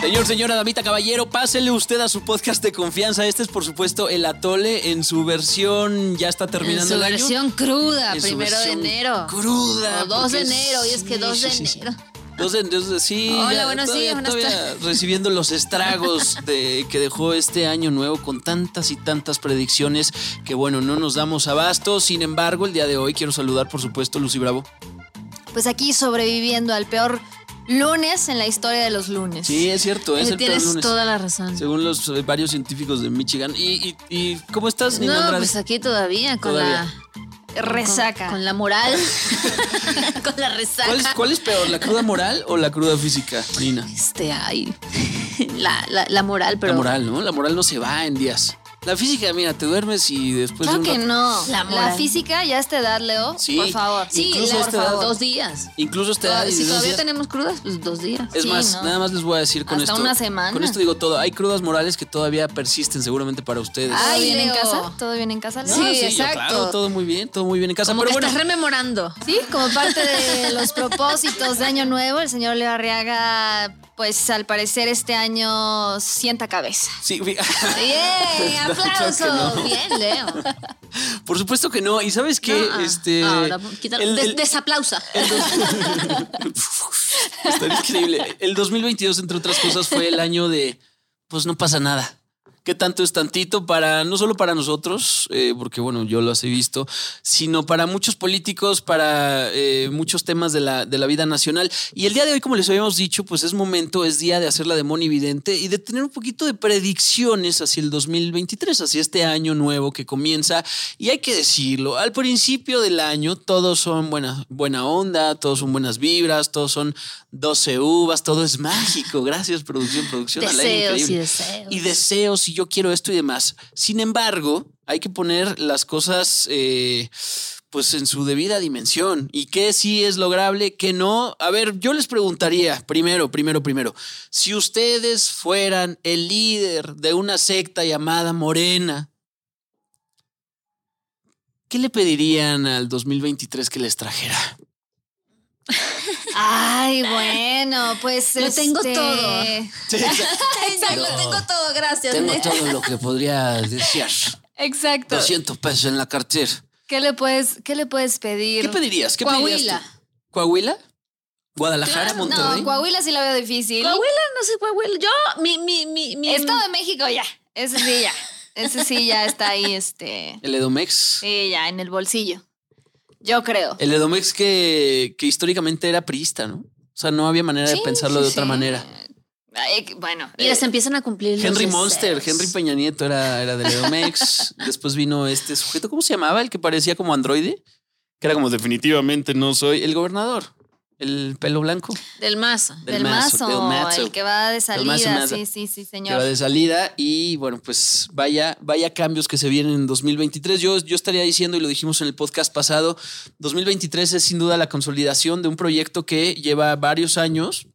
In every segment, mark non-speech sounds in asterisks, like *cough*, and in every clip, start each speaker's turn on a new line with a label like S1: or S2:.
S1: Señor, señora, damita, caballero, pásele usted a su podcast de confianza. Este es, por supuesto, el Atole en su versión ya está terminando
S2: En su
S1: el año.
S2: versión cruda,
S1: En su
S2: primero de
S1: versión
S2: enero.
S1: Cruda.
S2: O 2 de
S1: porque
S2: enero, y es que
S1: sí,
S2: 2 de
S1: sí, sí, sí.
S2: enero.
S1: Dos de enero, sí.
S2: Hola,
S1: ya,
S2: buenos
S1: todavía-
S2: días, buenas
S1: todavía *laughs*
S2: tardes.
S1: Recibiendo los estragos de, que dejó este año nuevo con tantas y tantas predicciones que, bueno, no nos damos abasto. Sin embargo, el día de hoy quiero saludar, por supuesto, Lucy Bravo.
S2: Pues aquí sobreviviendo al peor lunes en la historia de los lunes.
S1: Sí, es cierto, es
S2: Eh,
S1: el peor
S2: Tienes
S1: lunes.
S2: toda la razón.
S1: Según los eh, varios científicos de Michigan. ¿Y, y- y cómo estás, Nina
S2: No,
S1: Andrade?
S2: pues aquí todavía con
S1: Todavía.
S2: la
S3: Resaca.
S2: Con, con
S1: *laughs*
S2: la moral. con la resaca.
S1: ¿Cuál es, cuál es peor, la cruda moral o la cruda física, Nina?
S2: Este, ay. *laughs* La, la, la moral, pero.
S1: La moral, ¿no? La moral no se va en días. La física, mira, te duermes y después de
S2: Claro
S1: Pues un
S2: que
S1: rato-
S2: no. La,
S3: La moral.
S2: física ya está edad, Leo.
S1: Sí.
S2: Por favor.
S1: Sí, Incluso a
S2: la- por
S1: esta edad.
S2: favor. Dos días.
S1: Incluso te da...
S2: Todavía- si todavía
S1: disonancia.
S2: tenemos crudas, pues dos días.
S1: Es
S2: Sí,
S1: más,
S2: ¿no?
S1: nada más les voy a decir con
S2: Hasta
S1: esto.
S2: una semana.
S1: Con esto digo todo. Hay crudas morales que todavía persisten seguramente para ustedes.
S2: Ah,
S3: ¿Todo
S2: Ay,
S3: bien en
S2: Leo.
S3: casa? ¿Todo bien en casa, Leo?
S2: Sí,
S1: Ah, yo,
S2: exacto.
S1: claro, todo muy bien, todo muy bien en casa.
S2: Como
S1: pero
S2: que
S1: bueno,
S2: estás rememorando.
S3: Sí, como parte de los propósitos de Año Nuevo, el señor Leo Arriaga, pues al parecer este año sienta cabeza.
S1: sí, *laughs* fi-
S2: ¡Bien!
S1: *laughs* No, claro que
S2: ¡Aplauso!
S1: no.
S2: Bien, Leo.
S1: por supuesto que no. Y sabes qué,
S2: No, ah,
S1: este,
S2: ahora, quítalo.
S1: el-
S2: Des-
S1: el-
S2: desaplausa.
S1: Está increíble. El 2022, entre otras cosas, fue el año de, pues no pasa nada. Que tanto es tantito para, no solo para nosotros, eh, porque bueno, yo lo he visto, sino para muchos políticos, para eh, muchos temas de la, de la vida nacional. Y el día de hoy, como les habíamos dicho, pues es momento, es día de hacer la de Moni Vidente y de tener un poquito de predicciones hacia el 2023, hacia este año nuevo que comienza. Y hay que decirlo, al principio del año todos son buena, buena onda, todos son buenas vibras, todos son 12 uvas, todo es mágico. Gracias, producción, producción. al aire,
S2: Deseos y
S1: increíble.
S2: deseos.
S1: Y deseos, y yo quiero esto y demás. Sin embargo, hay que poner las cosas eh, pues en su debida dimensión. Y qué sí es lograble, qué no. A ver, yo les preguntaría, primero, primero, primero, si ustedes fueran el líder de una secta llamada Morena, ¿qué le pedirían al 2023 que les trajera?
S3: Ay, bueno, pues
S2: Lo tengo todo.
S3: Exacto,
S1: No.
S3: lo tengo todo, gracias.
S1: Tengo
S3: Ned.
S1: todo lo que podría desear.
S3: Exacto.
S1: 200 pesos en la cartera.
S3: ¿Qué le puedes, qué le puedes pedir?
S1: ¿Qué pedirías? ¿Qué
S2: Coahuila.
S1: pedirías tú? ¿Coahuila? ¿Guadalajara,
S2: Claro,
S1: Monterrey?
S3: no, Coahuila sí la veo difícil.
S2: Coahuila, no sé, Coahuila. Yo, mi, mi, mi, mi.
S3: Estado de México ya. Ese sí ya. Ese sí ya está ahí, este.
S1: ¿El Edomex?
S3: Sí, ya, en el bolsillo. Yo creo.
S1: El Edomex que, que históricamente era priista, ¿no? O sea, no había manera de
S3: Sí,
S1: pensarlo
S3: sí,
S1: de otra
S3: sí.
S1: manera.
S3: Ay, bueno.
S2: Y las
S3: eh,
S2: empiezan a cumplir. los
S1: Henry
S2: deseos.
S1: Monster, Henry Peña Nieto era, era del Edomex.
S3: *laughs*
S1: Después vino este sujeto, ¿cómo se llamaba? El que parecía como androide. Que era como definitivamente no soy el gobernador. El pelo blanco.
S2: Del Maza.
S1: del
S3: del
S1: mazo,
S3: mazo,
S1: del mazo.
S3: el que va de salida.
S1: mazo.
S3: Sí, sí, sí,
S1: que va
S3: señor.
S1: de salida y bueno, pues vaya, vaya cambios que se vienen en 2023. Yo, yo estaría diciendo, y lo dijimos en el podcast pasado, 2023 es sin duda la consolidación de un proyecto que lleva varios años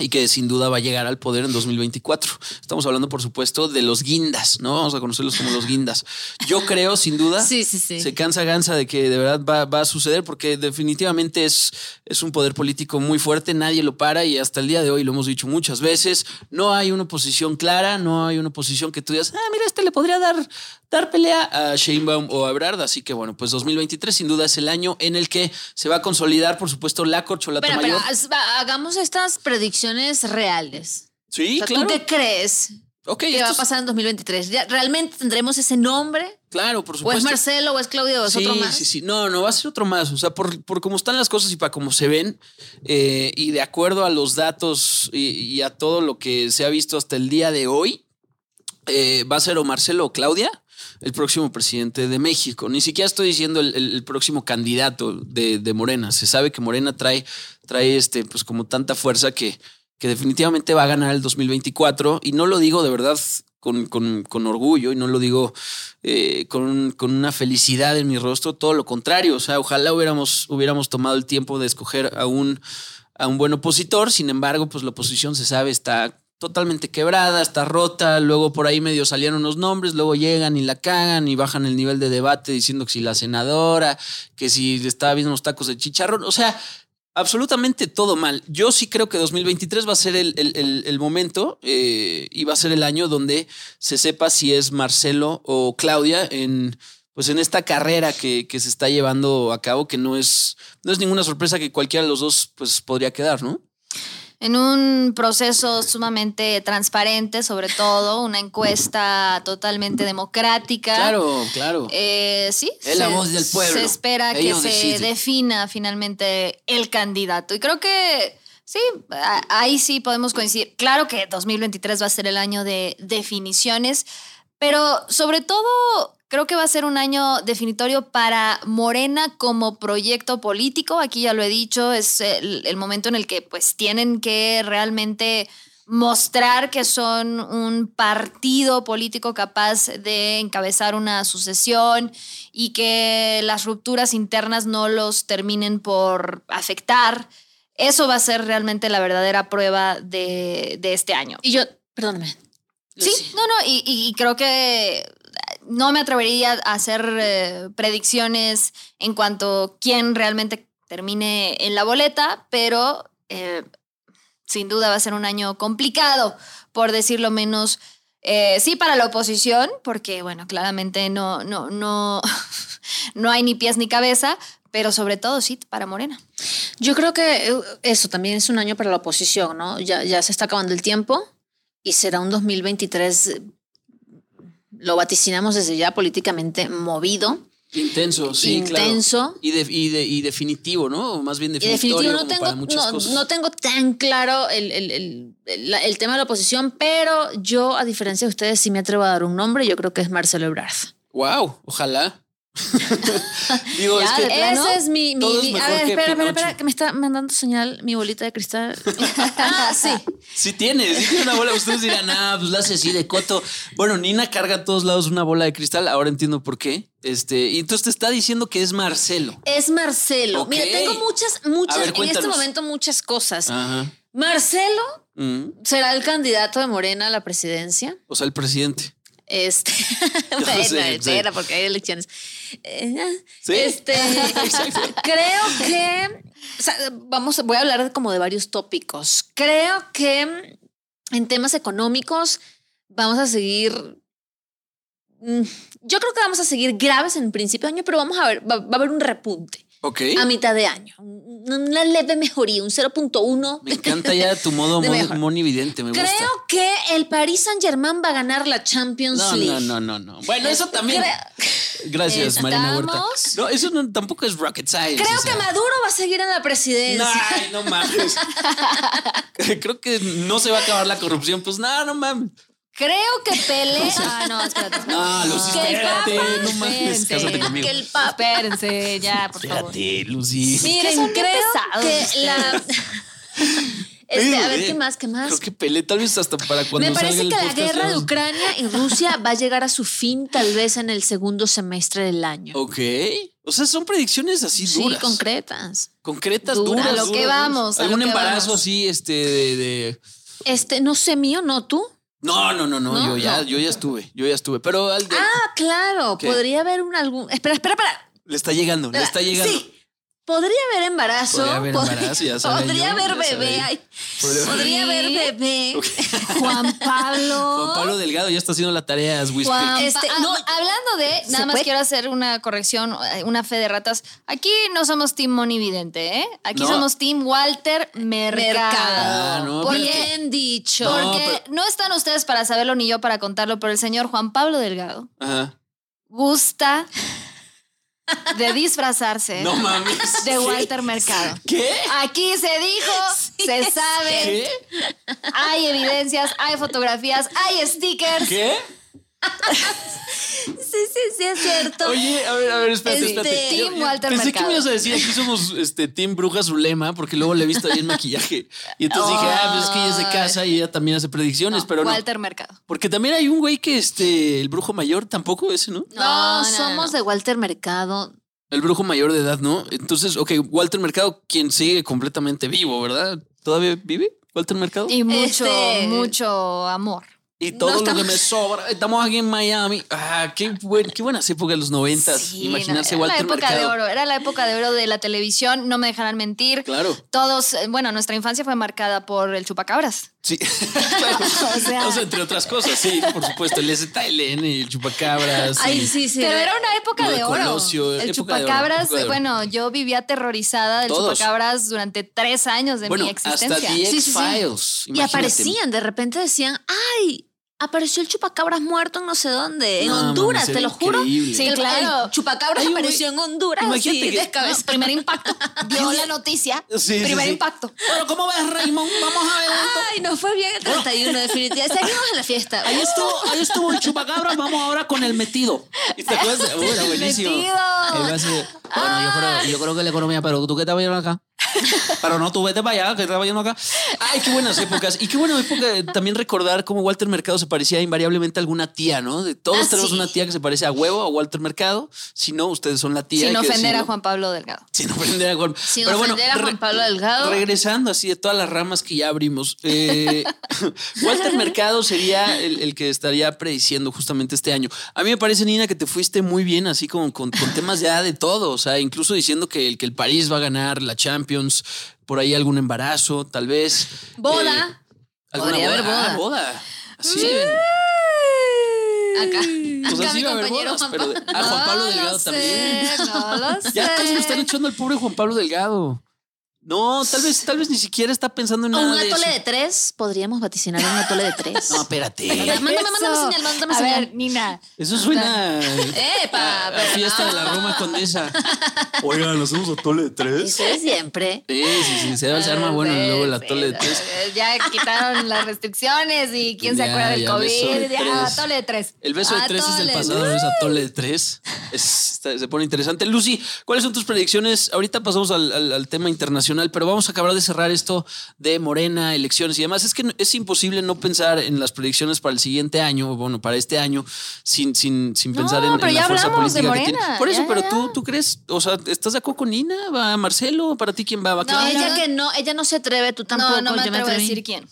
S1: y que sin duda va a llegar al poder en 2024. Estamos hablando, por supuesto, de los guindas, ¿no? Vamos a conocerlos como los guindas. Yo creo, sin duda,
S2: Ah, *laughs* Sí, sí, sí.
S1: se cansa Gansa de que de verdad va, va a suceder porque definitivamente es, es un poder político muy fuerte, nadie lo para y hasta el día de hoy lo hemos dicho muchas veces, no hay una oposición clara, no hay una oposición que tú digas, ah, mira, este le podría dar, dar pelea a Sheinbaum o a Ebrard, así que bueno, pues 2023 sin duda es el año en el que se va a consolidar, por supuesto, la corcholata
S2: Espera,
S1: mayor.
S2: espera, haz- va- hagamos estas predicciones reales.
S1: sí,
S2: O sea,
S1: claro.
S2: ¿Tú qué crees
S1: Ok,
S2: que
S1: esto
S2: va a
S1: es-
S2: pasar en 2023? ¿Ya ¿Realmente tendremos ese nombre?
S1: claro, por
S2: ¿O
S1: supuesto.
S2: es Marcelo o es Claudio o es
S1: sí,
S2: otro más?
S1: Sí, sí, no, no, va a ser otro más. O sea, por, por cómo están las cosas y para cómo se ven, eh, y de acuerdo a los datos y, y a todo lo que se ha visto hasta el día de hoy, eh, va a ser o Marcelo o Claudia el próximo presidente de México. Ni siquiera estoy diciendo el, el- el próximo candidato de, de Morena. Se sabe que Morena trae, trae este, pues como tanta fuerza que, que definitivamente va a ganar el 2024. Y no lo digo de verdad con, con- con orgullo y no lo digo eh, con, con una felicidad en mi rostro, todo lo contrario. O sea, ojalá hubiéramos, hubiéramos tomado el tiempo de escoger a un, a un buen opositor. Sin embargo, pues la oposición se sabe está totalmente quebrada, está rota, luego por ahí medio salieron unos nombres, luego llegan y la cagan y bajan el nivel de debate diciendo que si la senadora, que si está viendo unos tacos de chicharrón, o sea, absolutamente todo mal. Yo sí creo que 2023 va a ser el, el- el- el momento eh, y va a ser el año donde se sepa si es Marcelo o Claudia en pues en esta carrera que, que se está llevando a cabo, que no es, no es ninguna sorpresa que cualquiera de los dos pues, podría quedar, ¿no?
S3: En un proceso sumamente transparente, sobre todo, una encuesta totalmente democrática.
S1: Claro, claro.
S3: Eh, sí.
S1: Es la voz del pueblo.
S3: Se espera
S1: Ellos
S3: que se
S1: deciden.
S3: defina finalmente el candidato. Y creo que sí, a- ahí sí podemos coincidir. Claro que 2023 va a ser el año de definiciones, pero sobre todo creo que va a ser un año definitorio para Morena como proyecto político. Aquí ya lo he dicho, es el, el momento en el que pues tienen que realmente mostrar que son un partido político capaz de encabezar una sucesión y que las rupturas internas no los terminen por afectar. Eso va a ser realmente la verdadera prueba de, de este año.
S2: Y yo, perdóname.
S3: Sí, no, no, y, y- y creo que eh, no me atrevería a hacer eh, predicciones en cuanto a quién realmente termine en la boleta, pero eh, sin duda va a ser un año complicado, por decirlo menos. eh, sí, para la oposición, porque bueno, claramente no, no, no, *laughs* no hay ni pies ni cabeza, pero sobre todo sí para Morena.
S2: Yo creo que eh, eso también es un año para la oposición, ¿no? Ya, ya se está acabando el tiempo y será un 2023, eh, lo vaticinamos desde ya políticamente movido,
S1: Intenso, sí,
S2: intenso.
S1: claro. Y, de- y de- y definitivo, ¿no? O Más bien
S2: Y
S1: definitorio
S2: definitivo no
S1: como
S2: tengo,
S1: para muchas
S2: no,
S1: cosas.
S2: no tengo tan claro el, el- el- el- la- el tema de la oposición, pero yo, a diferencia de ustedes, sí me atrevo a dar un nombre. Yo creo que es Marcelo Ebrard.
S1: Wow,
S2: *laughs*
S1: ojalá. *laughs* Digo, es
S2: Ya,
S1: que
S2: de
S1: todo
S2: plano,
S1: es
S2: es mi... mi-
S1: todo es
S2: mi- a
S1: mejor
S2: ver,
S1: que
S2: espera, espera,
S1: Pinocho.
S2: espera, que me está mandando señal mi bolita de cristal. ah, sí.
S1: Sí tiene, sí tiene una bola. Ustedes dirán, ah, pues la hace así de coto. Bueno, Nina carga a todos lados una bola de cristal. Ahora entiendo por qué. Este, y entonces te está diciendo que es Marcelo.
S2: Es Marcelo.
S1: Ok.
S2: Mira, tengo muchas,
S1: A
S2: muchas,
S1: ver,
S2: en este
S1: cuéntanos. Ah.
S2: momento muchas cosas.
S1: Ajá.
S2: Marcelo
S1: Mm.
S2: será el candidato de Morena a la presidencia.
S1: O sea, el presidente. *laughs*
S2: Este,
S1: Yo
S2: *laughs* bueno,
S1: sé,
S2: espera,
S1: sí.
S2: porque hay elecciones. Eh,
S1: *laughs* Sí.
S2: Este, creo que o sea, vamos, voy a hablar como de varios tópicos. Creo que en temas económicos vamos a seguir. mm, Yo creo que vamos a seguir graves en principio de año, pero vamos a ver, va, va a haber un repunte
S1: Ok.
S2: a mitad de año, un- una leve mejoría, un 0.1
S1: Me encanta ya tu modo
S2: *laughs* De
S1: mon-
S2: mejor.
S1: monividente, me gusta.
S2: Creo que el Paris Saint Germain va a ganar la Champions
S1: No,
S2: League.
S1: no, no, no, no. Bueno, eso también. Gracias,
S2: Estamos-
S1: Marina Huerta. No, eso no- tampoco es rocket science.
S2: Creo
S1: o sea.
S2: que Maduro va a seguir en la presidencia.
S1: No, ay, no
S2: *laughs*
S1: mames. *laughs* Creo que no se va a acabar la corrupción. Pues no, no mames.
S3: Creo que
S1: *laughs*
S3: Pelé. *laughs* Ah, no, espérate. espérate.
S1: No, Lucy,
S3: Que el
S1: espérate,
S3: Papa-
S1: no mames.
S3: Espérense.
S1: Cásate conmigo.
S2: Que el Papa.
S3: Espérense, ya, por favor.
S1: Espérate, Lucy.
S2: Miren,
S3: son bien
S2: creo
S3: pesados
S2: que
S3: ustedes.
S2: la.
S1: *laughs*
S2: *laughs* Este, a ver,
S1: Eh,
S2: ¿qué más? ¿Qué más?
S1: Creo que Pelé, tal vez hasta para cuando
S2: Me
S1: salga
S2: parece
S1: el
S2: que la
S1: podcast,
S2: guerra
S1: ya
S2: de
S1: nos-
S2: Ucrania y Rusia va a llegar a su fin tal vez en el segundo semestre del año.
S1: Ok. O sea, son predicciones así
S2: sí,
S1: duras.
S2: concretas.
S1: concretas,
S2: Dura,
S1: duras.
S2: a lo
S1: duras,
S3: que
S1: duras.
S3: vamos, a lo
S1: Algún
S3: que
S1: embarazo
S3: vamos.
S1: así, este, de. de-
S2: Este, no sé mío, no tú.
S1: No, no, no, no,
S2: No,
S1: yo ya,
S2: no.
S1: yo ya estuve, yo ya estuve. Pero al de-
S2: Ah, claro,
S1: ¿Qué?
S2: podría haber un algún. Espera, espera, espera. Eh,
S1: le está llegando, le está llegando.
S2: Ah, Sí. Podría haber embarazo.
S1: Podría haber embarazo,
S2: *laughs*
S1: ya sabía
S2: podría
S1: yo,
S2: haber
S1: ya sabía
S2: bebé.
S1: yo.
S2: ay,
S1: Podría-
S2: podría
S3: Sí.
S2: haber bebé. *laughs*
S3: Juan Pablo.
S1: *laughs* Juan Pablo Delgado ya está haciendo la tarea, as we speak.
S3: Juan Pa-
S2: Este,
S3: ah,
S2: no,
S3: hablando de,
S2: ¿se
S3: nada más
S2: puede?
S3: quiero hacer una corrección, eh, una fe de ratas. Aquí no somos Team Monividente, ¿eh? Aquí
S1: No.
S3: somos Team Walter Mercado.
S1: Ah, no,
S3: porque
S2: Bien dicho.
S1: No,
S3: porque no están ustedes para saberlo ni yo para contarlo, pero el señor Juan Pablo Delgado
S1: Ajá.
S3: gusta de disfrazarse
S1: No mames.
S3: de Walter Mercado.
S1: ¿Qué?
S3: Aquí se dijo, se sabe,
S1: ¿Qué?
S3: hay evidencias, hay fotografías, hay stickers.
S1: ¿Qué?
S2: Sí, sí, sí, es cierto.
S1: Oye, a ver, a ver, espérate,
S2: Este,
S1: espérate. Yo-
S3: Team
S1: yo
S3: Walter
S1: pensé que
S3: Mercado.
S1: me ibas a decir aquí somos este Team Bruja Zulema, porque luego le he visto ahí en maquillaje. Y entonces dije, ah, pues es que ella es de casa y ella también hace predicciones, pero no.
S3: Walter Mercado.
S1: Porque también hay un güey que este, el brujo mayor tampoco, ese, ¿no?
S2: no,
S3: No, no,
S2: somos
S3: no.
S2: de Walter Mercado.
S1: El brujo mayor de edad, ¿no? Entonces, ok, Walter Mercado, quien sigue completamente vivo, ¿verdad? ¿Todavía vive Walter Mercado?
S3: Y mucho,
S2: Este-
S3: mucho amor.
S1: Y todo
S2: No
S1: lo
S2: estamos-
S1: que me sobra. Estamos aquí en Miami. Ah, qué, buen, qué buenas épocas de los noventas.
S3: Sí,
S1: Imaginarse
S3: no, era
S1: Walter
S3: la época
S1: Mercado.
S3: de oro, era la época de oro de la televisión, no me dejarán mentir.
S1: Claro.
S3: Todos, eh, bueno, nuestra infancia fue marcada por el chupacabras.
S1: Sí. *laughs* Claro. o, sea. entre otras cosas, sí, por supuesto. El STLN, el chupacabras.
S2: Ay,
S1: el-
S2: sí, sí.
S3: Pero era una época
S1: Lo de
S3: de oro.
S1: Colosio,
S3: el
S1: época de oro,
S3: chupacabras,
S1: época de oro.
S3: bueno, yo vivía aterrorizada del
S1: Todos.
S3: chupacabras durante tres años de
S1: bueno,
S3: mi existencia.
S1: hasta
S2: *laughs*
S1: The
S2: Sí, sí, sí.
S1: X-Files.
S2: Y
S1: imagínate.
S2: aparecían, de repente decían, ay, apareció el chupacabras muerto en no sé dónde, en
S1: No, mames,
S2: Honduras,
S1: era
S2: te lo juro.
S1: increíble.
S3: Sí,
S2: El-
S3: claro.
S2: el chupacabras
S1: Hay un güey-
S2: apareció en Honduras,
S1: Imagínate
S2: así,
S1: que-
S3: No,
S2: descabezado. *laughs*
S3: primer impacto. Dio la noticia.
S1: Sí, sí,
S3: primer
S1: sí.
S3: impacto.
S1: Bueno, ¿cómo ves, Raymond? Vamos a ver. esto.
S2: Ay, nos fue bien el 31, definitivamente. Seguimos en la fiesta.
S1: Ahí estuvo, ahí estuvo el chupacabras, vamos ahora con el metido. ¿Y te
S3: *laughs*
S1: acuerdas? Uy, era buenísimo.
S3: Metido.
S1: El güey así de, bueno, yo creo, yo creo que la economía, pero tú qué estás viendo acá. *laughs* Pero no, tú vete para allá, que estás viendo acá. Ay, qué buenas épocas. Y qué buena época eh, también recordar cómo Walter Mercado se parecía invariablemente a alguna tía, ¿no? De todos
S2: Ah,
S1: tenemos
S2: sí.
S1: una tía que se parece a Huevo, a Walter Mercado. Si no, ustedes son la tía.
S3: Sin
S1: hay que
S3: ofender a
S1: decirlo.
S3: Juan Pablo Delgado.
S1: *laughs* Sin ofender a Juan.
S2: Sin
S1: Pero bueno,
S2: ofender a Juan
S1: re-
S2: Pablo Delgado.
S1: Regresando así de todas las ramas que ya abrimos,
S2: *laughs*
S1: eh, Walter Mercado sería el, el que estaría prediciendo justamente este año. A mí me parece, Nina, que te fuiste muy bien así con, con, con temas ya de todo, o sea, incluso diciendo que el, que el París va a ganar la Champions, por ahí algún embarazo, tal vez.
S2: Boda.
S1: Eh, ¿alguna
S2: Podría haber
S1: Ah,
S2: boda.
S1: boda. Así.
S2: Acá.
S1: Pues
S2: acá
S1: así
S2: mi
S1: va a haber
S2: compañero
S1: bodas,
S2: Juan
S1: pero
S2: Pablo.
S1: de- ah, Juan Pablo
S3: No lo
S1: Delgado
S3: sé,
S1: también.
S3: No lo sé.
S1: *laughs*
S3: *laughs*
S1: Ya casi lo están echando al pobre Juan Pablo Delgado. No, tal vez, tal vez ni siquiera está pensando en
S2: O
S1: nada
S2: un
S1: de eso.
S2: atole de tres. Podríamos vaticinar un atole de tres.
S1: No, espérate.
S3: *laughs*
S2: Pero- Mándame, mándame
S3: Eso.
S2: señal, mándame
S3: a
S2: señal.
S3: ver, Nina.
S1: Eso suena
S3: Eh,
S2: ¡Epa!
S1: a, a
S2: pero
S1: fiesta
S2: no.
S1: de la Roma Condesa.
S4: Oigan, ¿nos hacemos atole de
S2: Y
S4: tres?
S2: soy siempre.
S1: Sí, sí, sí. Se,
S3: Ah,
S1: se arma bueno luego el atole de tres.
S3: Ya
S1: *laughs*
S3: quitaron las restricciones y quién se
S1: Ya,
S3: acuerda del
S1: ya, beso de
S3: COVID. Ya,
S1: tres.
S3: atole de tres. Ah,
S1: El beso de tres es del
S3: Atole
S1: pasado,
S3: tres.
S1: no es atole de tres. Es- está- se pone interesante. Lucy, ¿cuáles son tus predicciones? Ahorita pasamos al, al- al tema internacional, pero vamos a acabar de cerrar esto de Morena, elecciones y demás. Es que no- es imposible no pensar en las predicciones para el siguiente año, o bueno, para este año, sin, sin, sin
S3: No,
S1: pensar en, en
S3: pero ya
S1: la fuerza
S3: hablamos de
S1: política que tiene.
S3: Morena,
S1: Por eso,
S3: ya,
S1: pero
S3: ya,
S1: Tú, tú crees, o sea, ¿estás de acuerdo con Nina? ¿Va Marcelo? ¿Para ti quién va? ¿Va
S2: No,
S1: Claudia?
S2: ella que no, ella no se atreve, tú tampoco.
S3: No, no me
S2: yo
S3: atrevo a
S2: atreví.
S3: decir quién.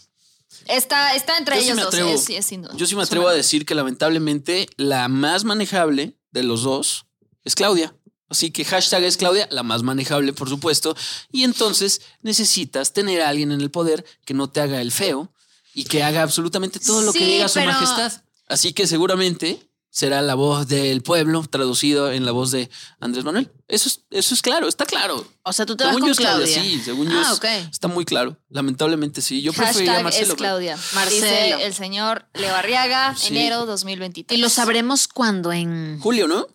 S3: Está, está entre
S1: Yo sí
S3: ellos
S1: me
S3: dos, eh,
S1: atrevo.
S3: es- es sin duda.
S1: Yo sí me
S3: Es
S1: atrevo
S3: una-
S1: a decir que lamentablemente la más manejable de los dos es Claudia. Así que hashtag es Claudia, la más manejable, por supuesto. Y entonces necesitas tener a alguien en el poder que no te haga el feo y que haga absolutamente todo lo que
S3: Sí,
S1: diga su
S3: pero-
S1: majestad. Así que seguramente será la voz del pueblo traducido en la voz de Andrés Manuel. Eso es, eso es claro, está claro.
S2: O sea, tú te
S1: Según yo
S2: vas
S1: es
S2: con
S1: Claudia,
S2: Claudia.
S1: sí, según yo
S2: Ah,
S1: es-
S2: ok.
S1: está muy claro. Lamentablemente sí, yo preferiría a
S3: Hashtag
S1: Marcelo.
S3: es
S1: pero-
S3: Claudia.
S2: Marcelo.
S3: Dice el señor Levarriaga,
S1: Sí.
S3: enero 2023.
S2: Y lo sabremos cuándo, en,
S1: Julio, ¿no?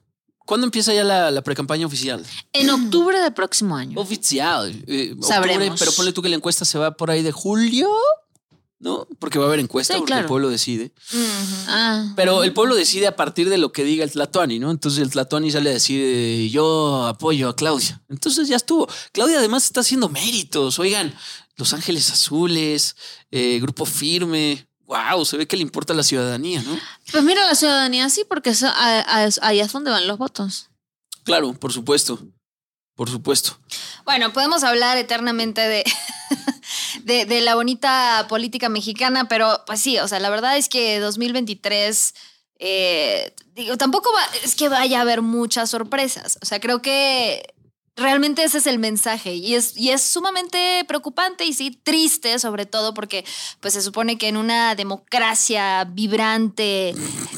S1: ¿Cuándo empieza ya la, la precampaña oficial?
S2: en octubre del próximo año.
S1: Oficial. eh, octubre,
S2: Sabremos.
S1: pero ponle tú que la encuesta se va por ahí de julio, ¿no? Porque va a haber encuesta,
S2: Sí,
S1: porque el
S2: claro.
S1: pueblo decide.
S3: Ujú.
S2: Ah,
S1: Pero el pueblo decide a partir de lo que diga el Tlatuani, ¿no? Entonces el Tlatuani sale a decir, eh, yo apoyo a Claudia. Entonces ya estuvo. Claudia además está haciendo méritos. Oigan, Los Ángeles Azules, eh, Grupo Firme. Wow, se ve que le importa la ciudadanía, ¿no?
S2: pues mira, la ciudadanía sí, porque eso, a- a- ahí es donde van los votos.
S1: Claro, por supuesto. Por supuesto.
S3: Bueno, podemos hablar eternamente de, *laughs* de, de la bonita política mexicana, pero pues sí, o sea, la verdad es que 2023, eh, digo, tampoco va- es que vaya a haber muchas sorpresas. O sea, creo que realmente ese es el mensaje y es, y es sumamente preocupante y sí triste, sobre todo porque pues se supone que en una democracia vibrante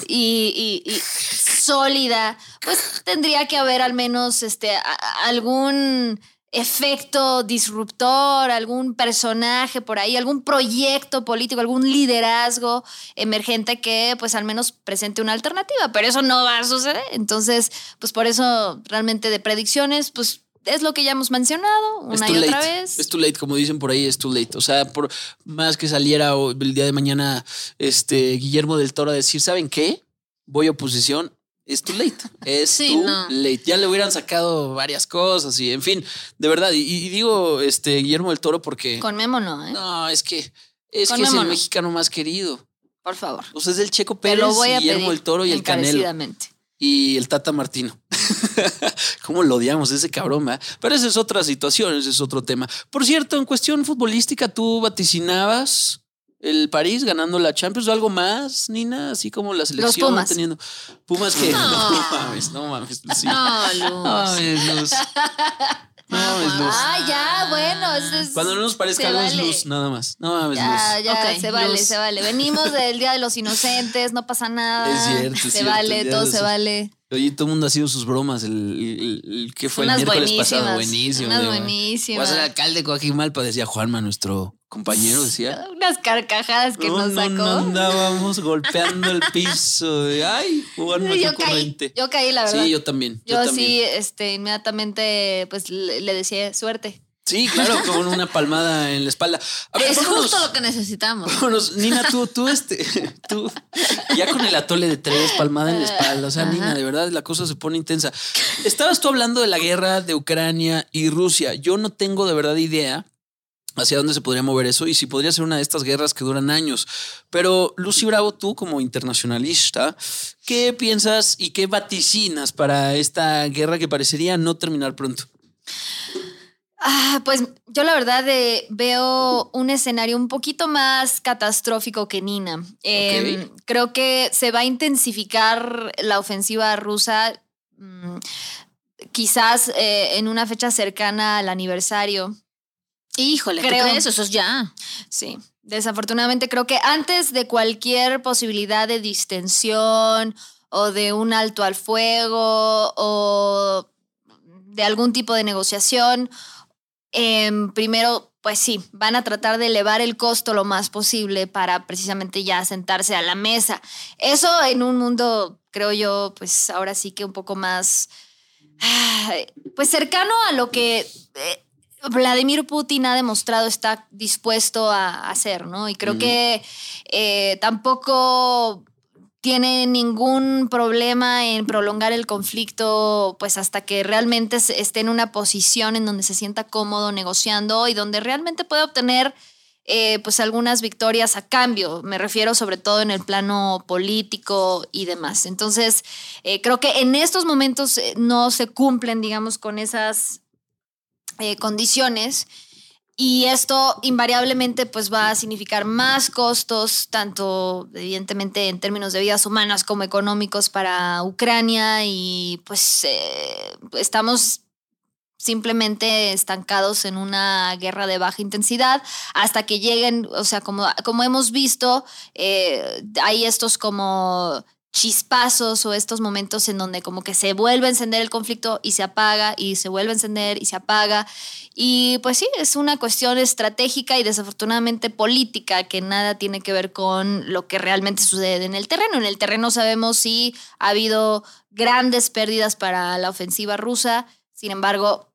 S3: y, y- y sólida, pues tendría que haber al menos este, a- a- algún efecto disruptor, algún personaje por ahí, algún proyecto político, algún liderazgo emergente que pues al menos presente una alternativa, pero eso no va a suceder. Entonces, pues por eso realmente de predicciones, pues es lo que ya hemos mencionado
S1: Es
S3: una
S1: too
S3: y otra
S1: late.
S3: vez.
S1: Es too late, como dicen por ahí, es too late. O sea, por más que saliera o- el día de mañana este Guillermo del Toro a decir, ¿saben qué? Voy a oposición. Es too late. Es
S2: Sí,
S1: too
S2: no.
S1: late. Ya le hubieran sacado varias cosas y, en fin, de verdad. Y, y digo este Guillermo del Toro porque.
S3: Con Memo no, ¿eh?
S1: no, es que es,
S3: Con
S1: que es el
S3: Memo no.
S1: mexicano más querido.
S3: por favor.
S1: O sea, es el Checo
S3: Te
S1: Pérez,
S3: lo voy a
S1: Guillermo
S3: pedir
S1: del Toro y el Canelo
S3: encarecidamente.
S1: y el Tata Martino. *laughs* ¿Cómo lo odiamos ese cabrón? ¿verdad? Pero esa es otra situación, ese es otro tema. Por cierto, en cuestión futbolística, tú vaticinabas El París ganando la Champions, algo más, Nina, así como la selección
S3: Pumas.
S1: teniendo. Pumas que. *laughs* No,
S2: No.
S1: mames, no mames, sí. No
S2: No, Luz. *laughs*
S1: mames, Luz. No mames, Luz.
S3: Ah, ya, bueno. eso es-
S1: Pues Cuando no pues nos parezca
S3: se
S1: algo es
S3: vale.
S1: Luz, nada más. No mames,
S3: Ya,
S1: Luz.
S3: ya,
S2: Ok,
S3: se vale,
S2: Luz.
S3: se vale. Venimos del Día de los Inocentes, no pasa nada.
S1: Es cierto, es
S3: Se
S1: cierto, el Día
S3: vale,
S1: de
S3: todo
S1: los-
S3: se vale.
S1: Oye, todo el mundo ha sido sus bromas. El, el- el- que fue el
S3: unas
S1: miércoles
S3: buenísimas.
S1: pasado, buenísimo.
S3: unas
S1: de- Voy a
S3: buenísimas.
S1: ser alcalde de Coajimalpa, decía Juanma, nuestro compañero, decía.
S3: Unas carcajadas Ah, que
S1: No,
S3: nos
S1: no,
S3: sacó.
S1: no, andábamos golpeando el piso. de, Ay, Juanma, qué
S3: yo caí,
S1: corriente.
S3: yo caí, la verdad.
S1: Sí,
S3: yo
S1: yo también. Yo, también.
S3: sí, este, inmediatamente, pues le, le decía suerte.
S1: Sí, claro, con una palmada en la espalda. A ver,
S2: Es
S1: vámonos.
S2: justo lo que necesitamos.
S1: *laughs* Vámonos, Nina, tú, tú, este, tú, ya con el atole de tres, palmada en la espalda. O sea, Nina, de verdad, la cosa se pone intensa. Estabas tú hablando de la guerra de Ucrania y Rusia. Yo no tengo de verdad idea hacia dónde se podría mover eso y si podría ser una de estas guerras que duran años. Pero, Lucy Bravo, tú como internacionalista, ¿qué piensas y qué vaticinas para esta guerra que parecería no terminar pronto?
S3: Ah, pues yo la verdad eh, veo un escenario un poquito más catastrófico que Nina. Eh, Creo que se va a intensificar la ofensiva rusa mm, quizás eh, en una fecha cercana al aniversario.
S2: Híjole, ¿tú
S3: Creo.
S2: crees? Eso es ya.
S3: Sí, desafortunadamente creo que antes de cualquier posibilidad de distensión o de un alto al fuego o de algún tipo de negociación, em, primero, pues sí, van a tratar de elevar el costo lo más posible para precisamente ya sentarse a la mesa. Eso en un mundo, creo yo, pues ahora sí que un poco más, pues cercano a lo que eh, Vladimir Putin ha demostrado está dispuesto a hacer, ¿no? Y creo
S1: Ujú.
S3: que eh, tampoco tiene ningún problema en prolongar el conflicto, pues hasta que realmente se- esté en una posición en donde se sienta cómodo negociando y donde realmente pueda obtener eh, pues algunas victorias a cambio. Me refiero sobre todo en el plano político y demás. Entonces, eh, creo que en estos momentos eh, no se cumplen, digamos, con esas eh, condiciones. Y esto invariablemente pues va a significar más costos, tanto evidentemente en términos de vidas humanas como económicos para Ucrania y pues eh, estamos simplemente estancados en una guerra de baja intensidad hasta que lleguen, o sea, como, como hemos visto, eh, hay estos como chispazos o estos momentos en donde como que se vuelve a encender el conflicto y se apaga y se vuelve a encender y se apaga. Y pues sí, es una cuestión estratégica y desafortunadamente política que nada tiene que ver con lo que realmente sucede en el terreno. En el terreno sabemos si ha habido grandes pérdidas para la ofensiva rusa, sin embargo,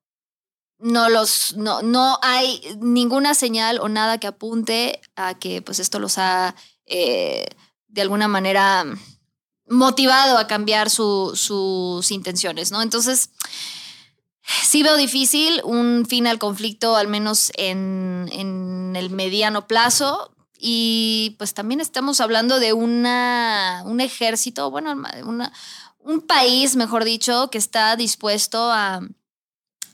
S3: no los no, no hay ninguna señal o nada que apunte a que pues esto los ha eh, de alguna manera motivado a cambiar su- sus intenciones, ¿no? Entonces, sí veo difícil un fin al conflicto, al menos en, en el mediano plazo. Y pues también estamos hablando de una, un ejército, bueno, una- un país, mejor dicho, que está dispuesto a,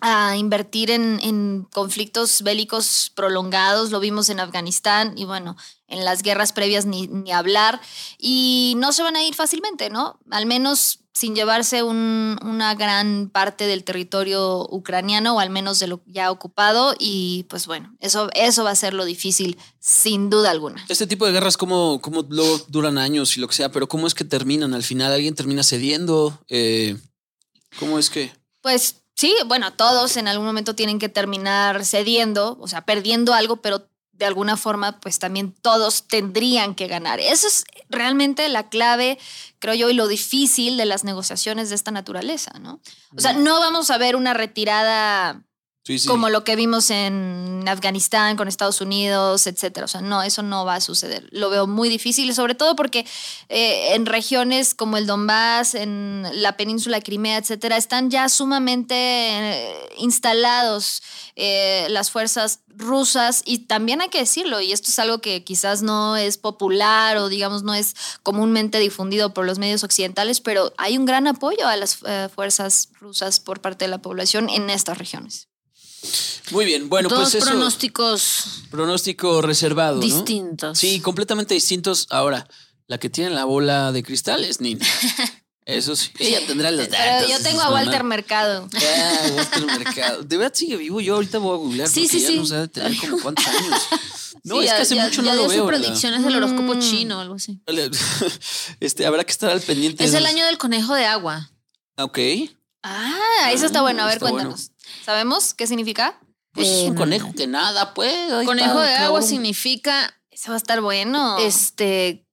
S3: a invertir en, en conflictos bélicos prolongados. Lo vimos en Afganistán y bueno, en las guerras previas ni, ni hablar. Y no se van a ir fácilmente, ¿no? Al menos sin llevarse un- una gran parte del territorio ucraniano o al menos de lo ya ocupado. Y pues bueno, eso, eso va a ser lo difícil, sin duda alguna.
S1: Este tipo de guerras, como cómo luego duran años y lo que sea, pero ¿cómo es que terminan? Al final alguien termina cediendo. Eh, ¿Cómo es que?
S3: Pues sí, bueno, todos en algún momento tienen que terminar cediendo, o sea, perdiendo algo, pero de alguna forma, pues también todos tendrían que ganar. Eso es realmente la clave, creo yo, y lo difícil de las negociaciones de esta naturaleza, ¿no? O sea, no vamos a ver una retirada
S1: Sí, sí.
S3: como lo que vimos en Afganistán con Estados Unidos, etcétera. O sea, no, eso no va a suceder. Lo veo muy difícil, sobre todo porque eh, en regiones como el Donbass, en la península de Crimea, etcétera, están ya sumamente eh, instalados eh, las fuerzas rusas y también hay que decirlo, y esto es algo que quizás no es popular o digamos no es comúnmente difundido por los medios occidentales, pero hay un gran apoyo a las eh, fuerzas rusas por parte de la población en estas regiones.
S1: Muy bien, bueno,
S2: Dos
S1: pues eso.
S2: pronósticos
S1: Pronóstico reservado. ¿no?
S2: distintos.
S1: Sí, completamente distintos. Ahora, la que tiene la bola de cristal es
S2: *laughs*
S1: Nina. Eso sí, ella tendrá los datos.
S3: Pero yo tengo a
S1: mamá.
S3: Walter Mercado.
S1: Ah, Walter Mercado. De verdad sigue vivo. Yo ahorita voy a googlear.
S2: Sí,
S1: porque
S2: sí,
S1: ya
S2: sí.
S1: No sé, de tener como cuántos
S2: *laughs*
S1: años. No,
S2: Sí,
S1: es
S2: ya-
S1: que hace
S2: ya-
S1: mucho
S2: ya
S1: no lo
S2: dio
S1: veo.
S2: sus
S1: la-
S2: predicciones del horóscopo
S3: Mm.
S2: chino o algo así.
S1: *laughs* Este, habrá que estar al pendiente.
S2: Es
S1: de
S2: el
S1: los-
S2: año del conejo de agua.
S1: Ok.
S3: Ah, eso está bueno. A ver,
S1: Está bueno.
S3: cuéntanos. ¿Sabemos qué significa?
S1: Pues es un
S2: Eh,
S1: conejo que nada, pues. ahí
S2: Conejo
S1: está,
S2: de agua
S1: cabrón.
S2: significa,
S3: Eso va a estar bueno.
S2: este,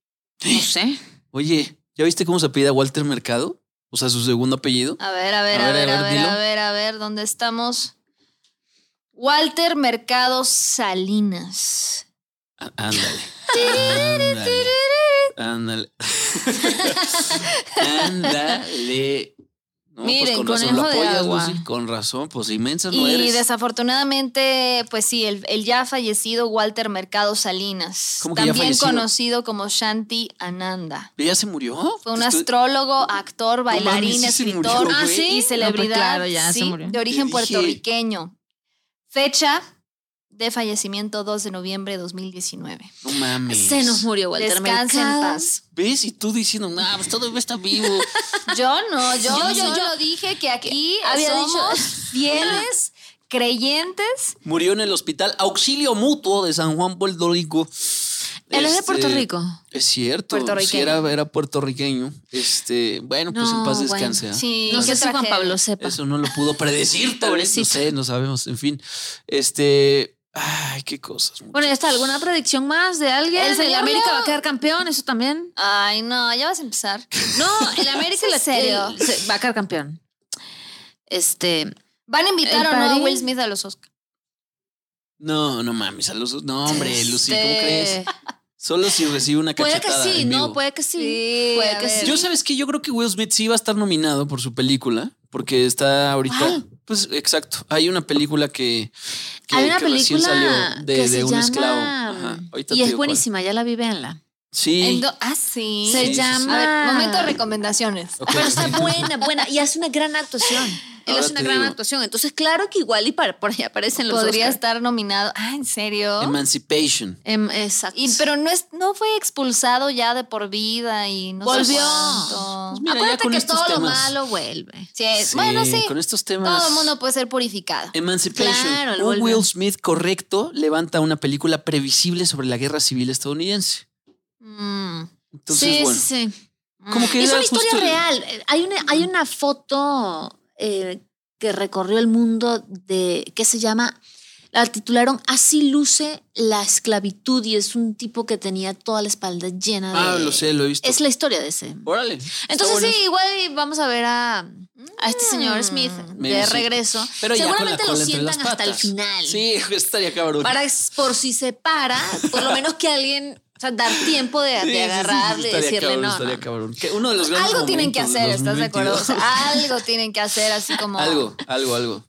S2: no sé.
S1: Oye, ¿ya viste cómo se apellida Walter Mercado? O sea, su segundo apellido.
S3: A ver, a ver, a ver, a ver,
S1: dilo.
S3: a ver, a ver, ¿dónde estamos? Walter Mercado Salinas.
S2: Ah.
S1: Á-
S2: *laughs*
S1: Ándale. Ándale. Ándale. Ándale. No, pues razón
S2: Miren,
S1: lo
S2: conejo de
S1: apoyas,
S2: agua.
S1: Lucy, Con razón, pues inmensa no
S3: Y
S1: eres.
S3: desafortunadamente, pues sí, el, el ya fallecido Walter Mercado Salinas,
S1: ¿Cómo que ya
S3: también
S1: fallecido?
S3: conocido como Shanti Ananda.
S1: ¿Ella se murió?
S3: Fue un
S1: Estoy-
S3: astrólogo, actor,
S1: mames,
S3: bailarín,
S1: sí se murió,
S3: escritor
S1: güey.
S3: ah, sí, y celebridad
S2: pues claro, ya se
S3: sí,
S2: murió.
S3: de origen
S1: Te dije.
S3: puertorriqueño. Fecha de fallecimiento 2 de noviembre de 2019.
S1: No mames.
S2: Se nos murió Walter
S3: Descansa en
S2: Mercado.
S3: paz.
S1: ¿Ves? Y tú diciendo, nah, pues todavía está vivo.
S3: Yo no, yo,
S2: Yo
S3: yo, yo,
S2: solo
S3: dije que aquí
S2: había
S3: somos
S2: dicho-
S3: fieles, creyentes.
S1: Murió en el hospital Auxilio Mutuo de San Juan Boldórico.
S2: Él es de Puerto
S1: Este,
S2: Rico.
S1: Es cierto.
S3: Puertorriqueño.
S1: Sí, era, era puertorriqueño. Este, bueno, pues en
S2: No,
S1: paz
S2: bueno,
S1: descanse. ¿ah?
S3: sí,
S2: No
S3: qué
S2: sé si Juan
S3: tragedia.
S2: Pablo sepa.
S1: Eso no lo pudo predecir, tal vez, No
S2: Pobrecito.
S1: sé, no sabemos. En fin, este. Ay, qué cosas.
S2: Bueno, ya está. ¿Alguna predicción más de alguien?
S3: El
S2: El,
S3: señor
S2: América
S3: Leo.
S2: va a quedar campeón, eso también.
S3: Ay, no, ya vas a empezar.
S2: No, el América
S3: ¿Es
S2: la
S3: *laughs* en serio?
S2: el- se- va a quedar campeón. Este,
S3: ¿Van a invitar
S2: El
S3: o no a
S2: París.
S3: Will Smith a los Oscars?
S1: No, no mames, a los- No, hombre, Lucy, ¿cómo
S2: este,
S1: crees? Solo si recibe una
S2: Puede que
S1: cachetada.
S2: sí,
S1: en
S2: no,
S1: vivo.
S2: puede que sí.
S3: Sí,
S2: puede
S3: a
S2: que
S3: ver.
S2: sí.
S1: Yo sabes que yo creo que Will Smith sí va a estar nominado por su película, porque está ahorita.
S2: ¿Cuál?
S1: Pues exacto. Hay una película que, que,
S2: Hay una
S1: que recién
S2: película
S1: salió de,
S2: de, que
S1: de
S2: se
S1: un
S2: llama
S1: esclavo. Ajá, ahorita
S2: y
S1: te
S2: es
S1: digo cuál.
S2: buenísima, ya la vi, véanla.
S1: Sí.
S3: Endo- ah, sí.
S2: Se
S1: Sí, sí, sí.
S2: llama
S3: A ver, momento de recomendaciones.
S1: Ok,
S2: Pero
S1: ok.
S2: está *laughs* buena, buena y hace una gran actuación. Él
S1: Ahora
S2: hace una
S1: Ah, te
S2: gran
S1: digo.
S2: actuación. Entonces, claro que igual y para, por ahí aparecen los
S3: Podría
S2: Oscar.
S3: estar nominado. Ah, ¿en serio?
S1: Emancipation.
S2: Em, exacto.
S3: Y, pero no, es, no fue expulsado ya de por vida y no sé
S2: Volvió.
S3: cuánto.
S1: Pues mira, ya
S2: Acuérdate
S1: con
S2: que
S1: estos
S2: todo lo
S1: temas.
S2: malo vuelve.
S3: Sí, bueno, sí.
S1: Con estos temas.
S3: Todo el mundo puede ser purificado.
S1: Emancipation.
S2: Claro, lo
S1: un
S2: vuelve.
S1: Will Smith correcto levanta una película previsible sobre la guerra civil estadounidense.
S3: Mm.
S1: Entonces,
S2: sí,
S1: bueno.
S2: sí, sí.
S1: Como que
S2: Es
S1: era
S2: una
S1: justo
S2: historia
S1: el-
S2: real. Eh, Hay una, hay una foto eh, que recorrió el mundo de que se llama, la titularon Así luce la esclavitud y es un tipo que tenía toda la espalda llena
S1: Ah,
S2: de...
S1: lo sé, lo he visto.
S2: Es la historia de ese.
S1: Órale. está
S2: Entonces
S1: bueno.
S2: sí, igual y vamos a ver a, a este señor Smith
S1: Maybe
S2: de
S1: sí.
S2: regreso.
S1: Pero ya con la
S2: Seguramente lo
S1: cola entre las
S2: sientan hasta el
S1: patas.
S2: final.
S1: Sí, *laughs* estaría cabrón.
S2: Para por si se para, por lo menos que alguien, o sea, dar tiempo de, de
S1: Sí, sí, sí, sí,
S2: agarrele y
S1: estaría
S2: decirle
S1: cabrón,
S2: no, no.
S1: estaría cabrón. Que uno de los grandes
S3: Algo tienen que
S1: momentos de
S3: hacer, ¿estás de acuerdo?
S1: 2022. *laughs*
S3: O sea, algo tienen que hacer, así como.
S1: algo, algo, algo.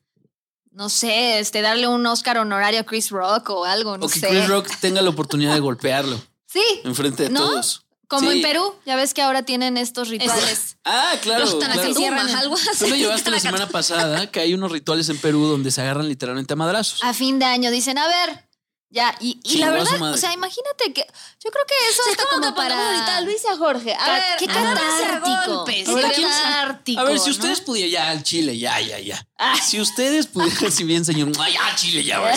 S3: No sé, este, darle un Oscar honorario a Chris Rock o algo, no
S1: o que
S3: sé.
S1: Chris Rock tenga la oportunidad de golpearlo
S3: Sí,
S1: enfrente de
S3: ¿No?
S1: todos.
S3: como
S1: Sí.
S3: en Perú, ya ves que ahora tienen estos rituales.
S1: Ah, claro.
S2: Los
S1: claro.
S2: tanacatumas,
S3: Cierran.
S2: algo así.
S1: Tú lo
S2: *laughs*
S1: llevaste la semana pasada que hay unos rituales en Perú donde se agarran literalmente a madrazos.
S3: A fin de año dicen, a ver, ya, y, y
S1: Chingó
S3: la
S1: a su
S3: verdad,
S1: madre.
S3: o sea, imagínate que yo creo que eso
S2: O sea,
S3: está como para.
S2: Luis y a Jorge. A
S3: Ca-
S2: ver,
S3: qué
S2: a darse a
S3: catártico.
S2: golpes.
S1: A ver,
S2: Qué
S1: ¿quién-
S2: catártico,
S1: A ver, si
S2: ¿no? Ah.
S1: ustedes pudieran, ya al Chile, ya, ya, ya. Si ustedes pudieran, *laughs* si bien, señor, ay, ya, Chile, ya, güey.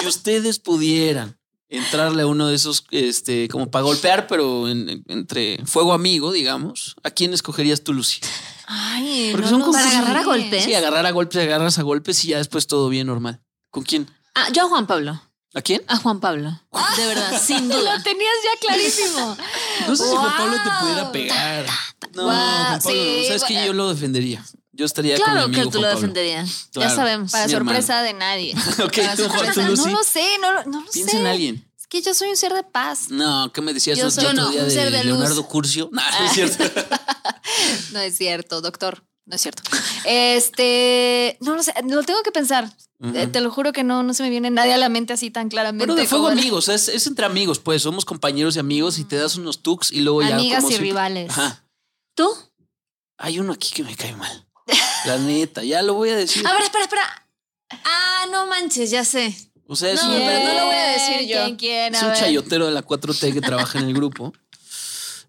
S1: Si ustedes pudieran entrarle a uno de esos, este, como para golpear, pero en- en- entre fuego amigo, digamos, ¿a quién escogerías tú, Lucy?
S3: Ay,
S1: Porque son
S3: lo
S1: como-
S3: sé.
S2: Para agarrar a golpes.
S1: Sí, agarrar a golpes, agarras a golpes y ya después todo bien normal. ¿Con quién?
S2: Ah, yo a Juan Pablo.
S1: ¿A quién?
S2: A Juan Pablo. De verdad, *laughs* sin duda.
S3: Lo tenías ya *laughs* clarísimo.
S1: No sé si Juan
S3: Wow.
S1: Pablo te pudiera pegar. No,
S3: Wow,
S1: Juan Pablo,
S3: sí,
S1: sabes que yo lo defendería. Yo estaría con mi
S2: Claro
S1: amigo
S2: que tú
S1: Juan
S2: lo
S1: Pablo.
S2: defenderías.
S1: Claro.
S2: Ya sabemos.
S3: Para
S1: Mi hermano.
S3: sorpresa
S1: *laughs*
S3: de nadie.
S1: Ok,
S3: Para
S1: tú, Juan,
S3: sorpresa-
S1: tú, Lucy.
S3: No lo sé, no lo, no lo
S1: Piensa
S3: sé.
S1: en alguien.
S3: Es que yo soy un ser de paz.
S1: No, ¿qué me decías
S3: Yo
S1: el
S3: soy-
S1: otro
S3: yo no,
S1: día
S3: un
S1: de
S3: ser de luz. Ah,
S1: Leonardo Curcio? *laughs* No, no es cierto.
S3: *laughs* No es cierto, doctor. No es *laughs* cierto. Este, no lo sé, lo tengo que pensar.
S1: Ujú.
S3: Eh, Te lo juro que no, no se me viene nadie a la mente así tan claramente.
S1: Pero de fuego
S3: como
S1: amigos, es, es entre amigos, pues somos compañeros y amigos y te das unos tucs y luego ya.
S3: Amigas
S1: como
S3: y
S1: siempre-
S3: rivales.
S1: Ajá.
S2: ¿Tú?
S1: Hay uno aquí que me cae mal. La neta, ya lo voy a decir.
S3: Ah,
S2: A ver, espera, espera. Ah, no manches, ya sé.
S1: O sea, es,
S2: No,
S1: un,
S2: pero no lo voy a decir yo.
S3: ¿Quién, quién? A
S1: es un
S3: ver.
S1: chayotero de la 4T que trabaja en el grupo.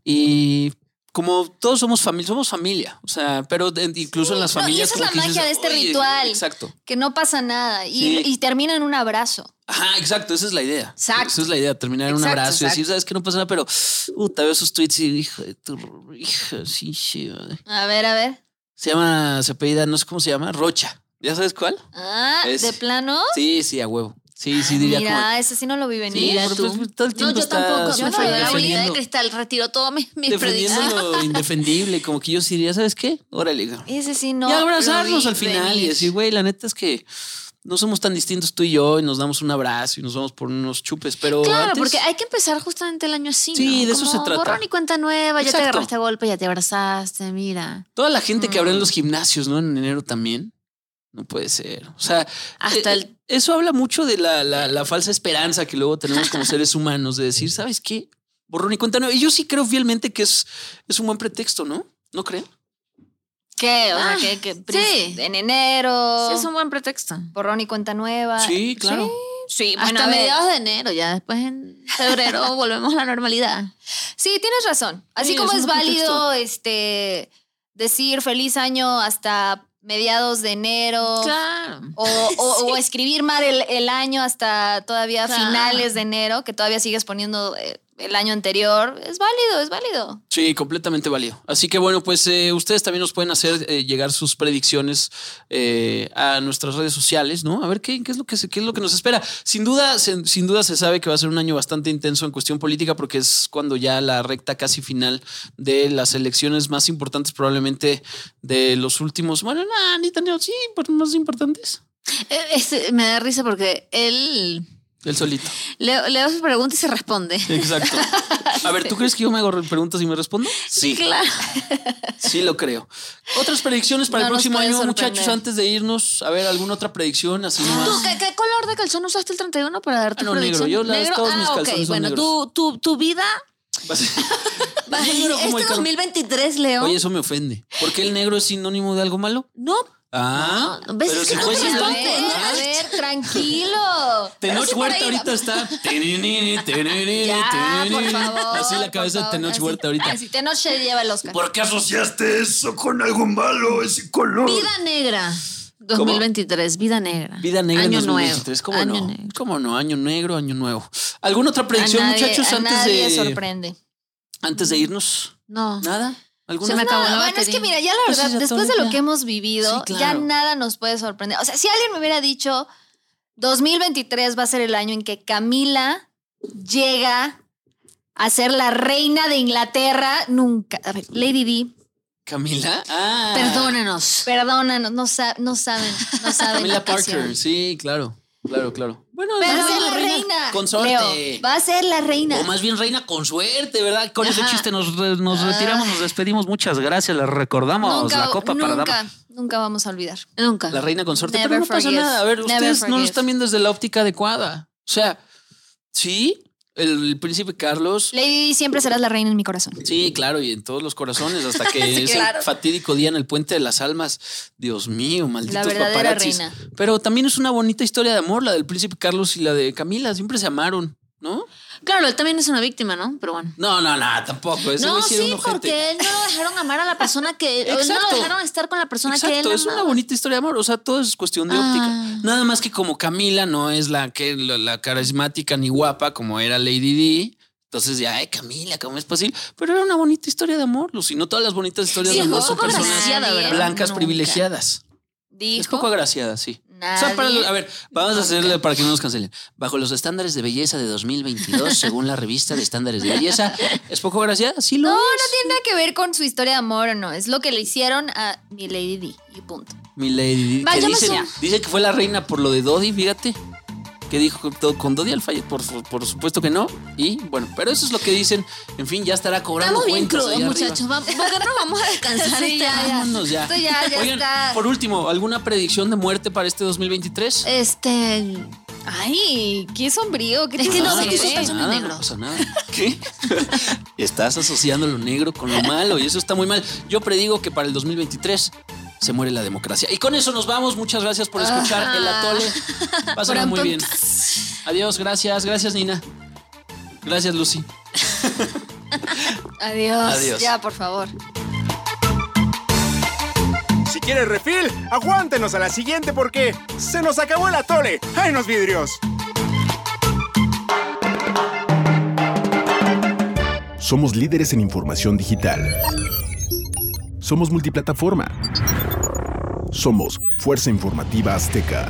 S1: Y como todos somos familia, somos familia. O sea, pero de- incluso en las
S3: No, y
S1: familias.
S3: esa es
S1: como
S3: la
S1: que dices,
S3: magia de este
S1: "Oye,
S3: ritual".
S1: Exacto.
S3: Que no pasa nada. Y,
S1: Sí.
S3: y termina en un abrazo.
S1: Ajá, exacto, esa es la idea.
S3: Exacto.
S1: Esa es la idea, terminar en un
S3: Exacto,
S1: abrazo y decir,
S3: exacto.
S1: sabes que no pasa nada, pero uh, te veo esos tweets y hija de tu hija, sí, sí. madre".
S3: A ver, a ver.
S1: Se llama, se apellida, no sé cómo se llama, Rocha. ¿Ya sabes cuál?
S3: Ah,
S1: Ese.
S3: de plano.
S1: Sí, sí, a huevo. Sí, sí, diría
S3: Mira,
S1: como.
S3: ese sí no lo vi
S1: Sí,
S3: venir.
S2: Ah, mira
S1: por-
S2: tú.
S1: pues, todo el
S2: No,
S1: tiempo
S2: yo
S1: está
S2: tampoco. Yo no,
S1: súper
S2: yo la bolita de
S1: defendiendo-
S2: cristal retiró todas mis, mis
S1: defendiendo
S2: predicciones. *laughs*
S1: lo indefendible, como que yo sí diría, ¿sabes qué? Órale, güey.
S3: Ese sí no.
S1: y
S3: lo
S1: abrazarnos
S3: vi
S1: al final y
S3: venir.
S1: decir, güey, la neta es que no somos tan distintos tú y yo y nos damos un abrazo y nos vamos por unos chupes, pero
S2: Claro,
S1: antes-
S2: porque hay que empezar justamente el año así.
S1: Sí,
S2: ¿no?
S1: de eso
S2: Como
S1: se trata.
S2: Borrón y cuenta nueva, ya te
S1: Exacto.
S2: agarraste a golpe, ya te abrazaste, mira.
S1: Toda la gente que abrió
S2: Mm.
S1: en los gimnasios, ¿no? En enero también. No puede ser. O sea,
S2: Hasta
S1: eh,
S2: el-
S1: eso habla mucho de la, la- la falsa esperanza que luego tenemos como
S2: *laughs*
S1: seres humanos de decir, ¿sabes qué? Borrón y cuenta nueva. Y yo sí creo fielmente que es, es un buen pretexto, ¿no? ¿No creen?
S3: ¿Qué? O sea,
S2: Ah,
S3: que, que
S2: sí.
S3: en enero.
S2: Sí, es un buen pretexto.
S3: Borrón y cuenta nueva.
S2: Ah,
S1: Sí, claro.
S3: Sí, bueno,
S2: Hasta
S3: a ver.
S2: mediados de enero, ya después en
S3: *laughs*
S2: febrero volvemos a la normalidad.
S3: Sí, tienes razón. Así
S1: Sí,
S3: como
S1: es
S3: es
S1: un buen
S3: válido este decir feliz año hasta mediados de enero.
S2: Claro.
S3: O, o- o escribir mal el, el año hasta todavía
S2: Claro.
S3: finales de enero, que todavía sigues poniendo eh, el año anterior. Es válido, es válido.
S1: Sí, completamente válido. Así que bueno, pues eh, ustedes también nos pueden hacer eh, llegar sus predicciones eh, a nuestras redes sociales, ¿no? A ver qué, qué es lo que se- qué es lo que nos espera. Sin duda, se- sin duda se sabe que va a ser un año bastante intenso en cuestión política, porque es cuando ya la recta casi final de las elecciones más importantes, probablemente de los últimos. Bueno, no, ni tan sí, pero más importantes.
S2: Eh, este, me da risa porque él
S1: El solito.
S2: le, le hace pregunta y se
S3: *laughs*
S2: responde.
S1: Exacto. A ver, ¿tú crees que yo me hago preguntas y me respondo? Sí.
S2: Claro.
S1: Sí, lo creo. Otras predicciones para
S3: No
S1: el
S3: nos
S1: próximo
S3: puede
S1: año,
S3: sorprender.
S1: muchachos, antes de irnos, a ver, alguna otra predicción así
S2: ¿Tú
S1: nomás.
S2: qué, qué color de calzón usaste el 31 para dar
S1: Ah,
S2: tu
S1: no,
S2: predicción?
S1: negro. Yo, la- todos mis
S2: ah, ok.
S1: calzones son
S2: bueno,
S1: negros.
S2: tu, tu, tu vida
S1: Va a ser-
S2: va a
S1: Yo
S2: decir,
S1: creo como
S2: este
S1: el carro.
S2: 2023, Leo.
S1: Oye, eso me ofende. ¿Por qué el negro es sinónimo de algo malo?
S2: no,
S1: Ah,
S2: No, ¿ves?
S1: pero
S2: Es
S1: si
S2: que
S1: fue
S2: no te
S3: a,
S1: sinónimo-
S2: responde,
S3: ver, a ver, tranquilo.
S1: Tenoch
S2: sí por
S1: Huerta
S2: ahí-
S1: ahorita está.
S2: *laughs*
S1: Tenini, tenini,
S3: Ya, por
S1: tenini.
S3: favor,
S1: Así la cabeza de
S3: por
S1: Tenoch
S3: favor.
S1: Huerta ahorita.
S3: Así Tenoch se lleva el Oscar.
S4: ¿Por qué asociaste eso con algo malo, ese color?
S2: vida negra. 2023, vida negra.
S1: Vida negra
S2: Año
S1: en 2023.
S2: nuevo.
S1: ¿Cómo
S2: año
S1: no?
S2: negro.
S1: ¿Cómo no? Año negro, año nuevo. ¿Alguna otra
S3: A
S1: predicción,
S3: nadie-
S1: muchachos,
S3: a
S1: antes
S3: nadie
S1: de,
S3: sorprende.
S1: antes de irnos?
S2: No.
S1: ¿Nada? ¿Alguna?
S2: Se me acabó
S3: No,
S2: la
S3: bueno, es que
S2: batería.
S3: mira, ya la
S1: Pues
S3: verdad,
S1: sí, ya
S3: después
S1: todo,
S3: de lo
S1: ya.
S3: que hemos vivido,
S1: Sí,
S3: ya
S1: claro.
S3: nada nos puede sorprender. O sea, si alguien me hubiera dicho, 2023 va a ser el año en que Camila llega a ser la reina de Inglaterra, nunca. A ver, Lady D,
S1: ¿Camila? Ah.
S2: Perdónanos.
S3: perdónanos, no, sa- no saben, no saben.
S1: Camila
S3: lo que hicieron.
S1: Parker, sí, claro, claro, claro. Bueno,
S3: Va
S1: no,
S3: a
S1: no,
S3: ser
S1: no,
S3: la reina.
S1: Con suerte.
S3: Leo, va a ser la reina.
S1: O más bien reina con suerte, ¿verdad? Con ese
S3: Ajá. Ah.
S1: chiste nos, re- nos retiramos, nos despedimos. Muchas gracias, les recordamos
S3: nunca,
S1: la copa para damas.
S3: nunca, nunca vamos a olvidar.
S2: Nunca.
S1: La reina con suerte,
S3: Never
S1: pero no pasa
S3: forgive.
S1: nada. A ver,
S3: Never
S1: ustedes no lo
S3: forgive.
S1: están viendo desde la óptica adecuada. O sea, sí, el príncipe Carlos.
S3: Lady D, siempre serás la reina en mi corazón.
S1: Sí, claro, y en todos los corazones,
S2: *laughs*
S1: hasta que ese
S3: claro.
S1: fatídico día en el Puente de las Almas. Dios mío, malditos
S3: La verdadera
S1: paparazzis.
S3: reina.
S1: Pero también es una bonita historia de amor, la del príncipe Carlos y la de Camila. Siempre se amaron, ¿no?
S2: Claro, él también es una víctima, ¿no? Pero bueno.
S1: No, no, no, tampoco. Ese
S2: No,
S1: güey sí era un
S2: sí,
S1: ojete.
S2: porque él no lo dejaron amar a la
S1: *laughs*
S2: persona que él. No lo
S1: Exacto.
S2: dejaron estar con la persona que él.
S1: Exacto, es una
S2: amaba.
S1: bonita historia de amor. O sea, todo es cuestión de
S2: Ah.
S1: óptica. Nada más que como Camila no es la que la, la carismática ni guapa como era Lady D. Entonces ya, ay, Camila, ¿cómo es posible? Pero era una bonita historia de amor, Lucy. No todas las bonitas historias
S2: Sí,
S1: de
S2: es
S1: amor
S2: un
S1: son
S2: poco
S1: personas
S2: agraciada, ¿verdad?
S1: blancas
S2: Nunca.
S1: privilegiadas.
S3: Dijo.
S1: Es poco agraciada, sí. O sea,
S3: Nadie.
S1: para- a ver, vamos a hacerle para que no nos cancelen. Bajo los estándares de belleza de 2022, según la revista de estándares de belleza, ¿es poco agraciada? Sí lo
S3: No,
S1: es.
S3: no tiene nada que ver con su historia de amor o no. Es lo que le hicieron a mi Lady D. Y punto.
S1: Mi lady.
S3: Va,
S1: que
S3: yo me
S1: dicen,
S3: sumo.
S1: dicen que fue la reina por lo de Dodi, fíjate. Que dijo que todo- con Dodi al falle, por, su- por supuesto que no. Y bueno, pero eso es lo que dicen. En fin, ya estará cobrando
S2: Estamos bien
S1: cuentas
S2: crudos,
S1: allá arriba.
S2: muchachos. Va- ¿Por qué no vamos a
S1: *laughs*
S2: descansar
S3: Sí,
S2: este
S3: ya,
S2: año?
S1: Vámonos ya.
S3: Esto ya- ya
S1: Oigan,
S3: está.
S1: por último, ¿alguna predicción de muerte para este 2023?
S2: Este.
S3: Ay, qué sombrío. Qué
S2: Es que no
S1: Nada,
S2: sé qué
S1: pasa
S2: son
S3: tristeza.
S2: personas
S1: nada,
S2: negras.
S1: No pasa nada. ¿Qué? *laughs* Estás asociando lo negro con lo malo y eso está muy mal. Yo predigo que para el 2023 se muere la democracia. Y con eso nos vamos. Muchas gracias por escuchar
S2: Ajá.
S1: el atole. Pásenla
S3: Por
S1: muy bien.
S3: entonces.
S1: Adiós, gracias. Gracias, Nina. Gracias, Lucy.
S3: Adiós.
S1: Adiós.
S3: Ya, por favor.
S5: Si quieres refil, aguántenos a la siguiente porque se nos acabó el atole. ¡Ay, los vidrios!
S6: Somos líderes en información digital. Somos multiplataforma. Somos Fuerza Informativa Azteca.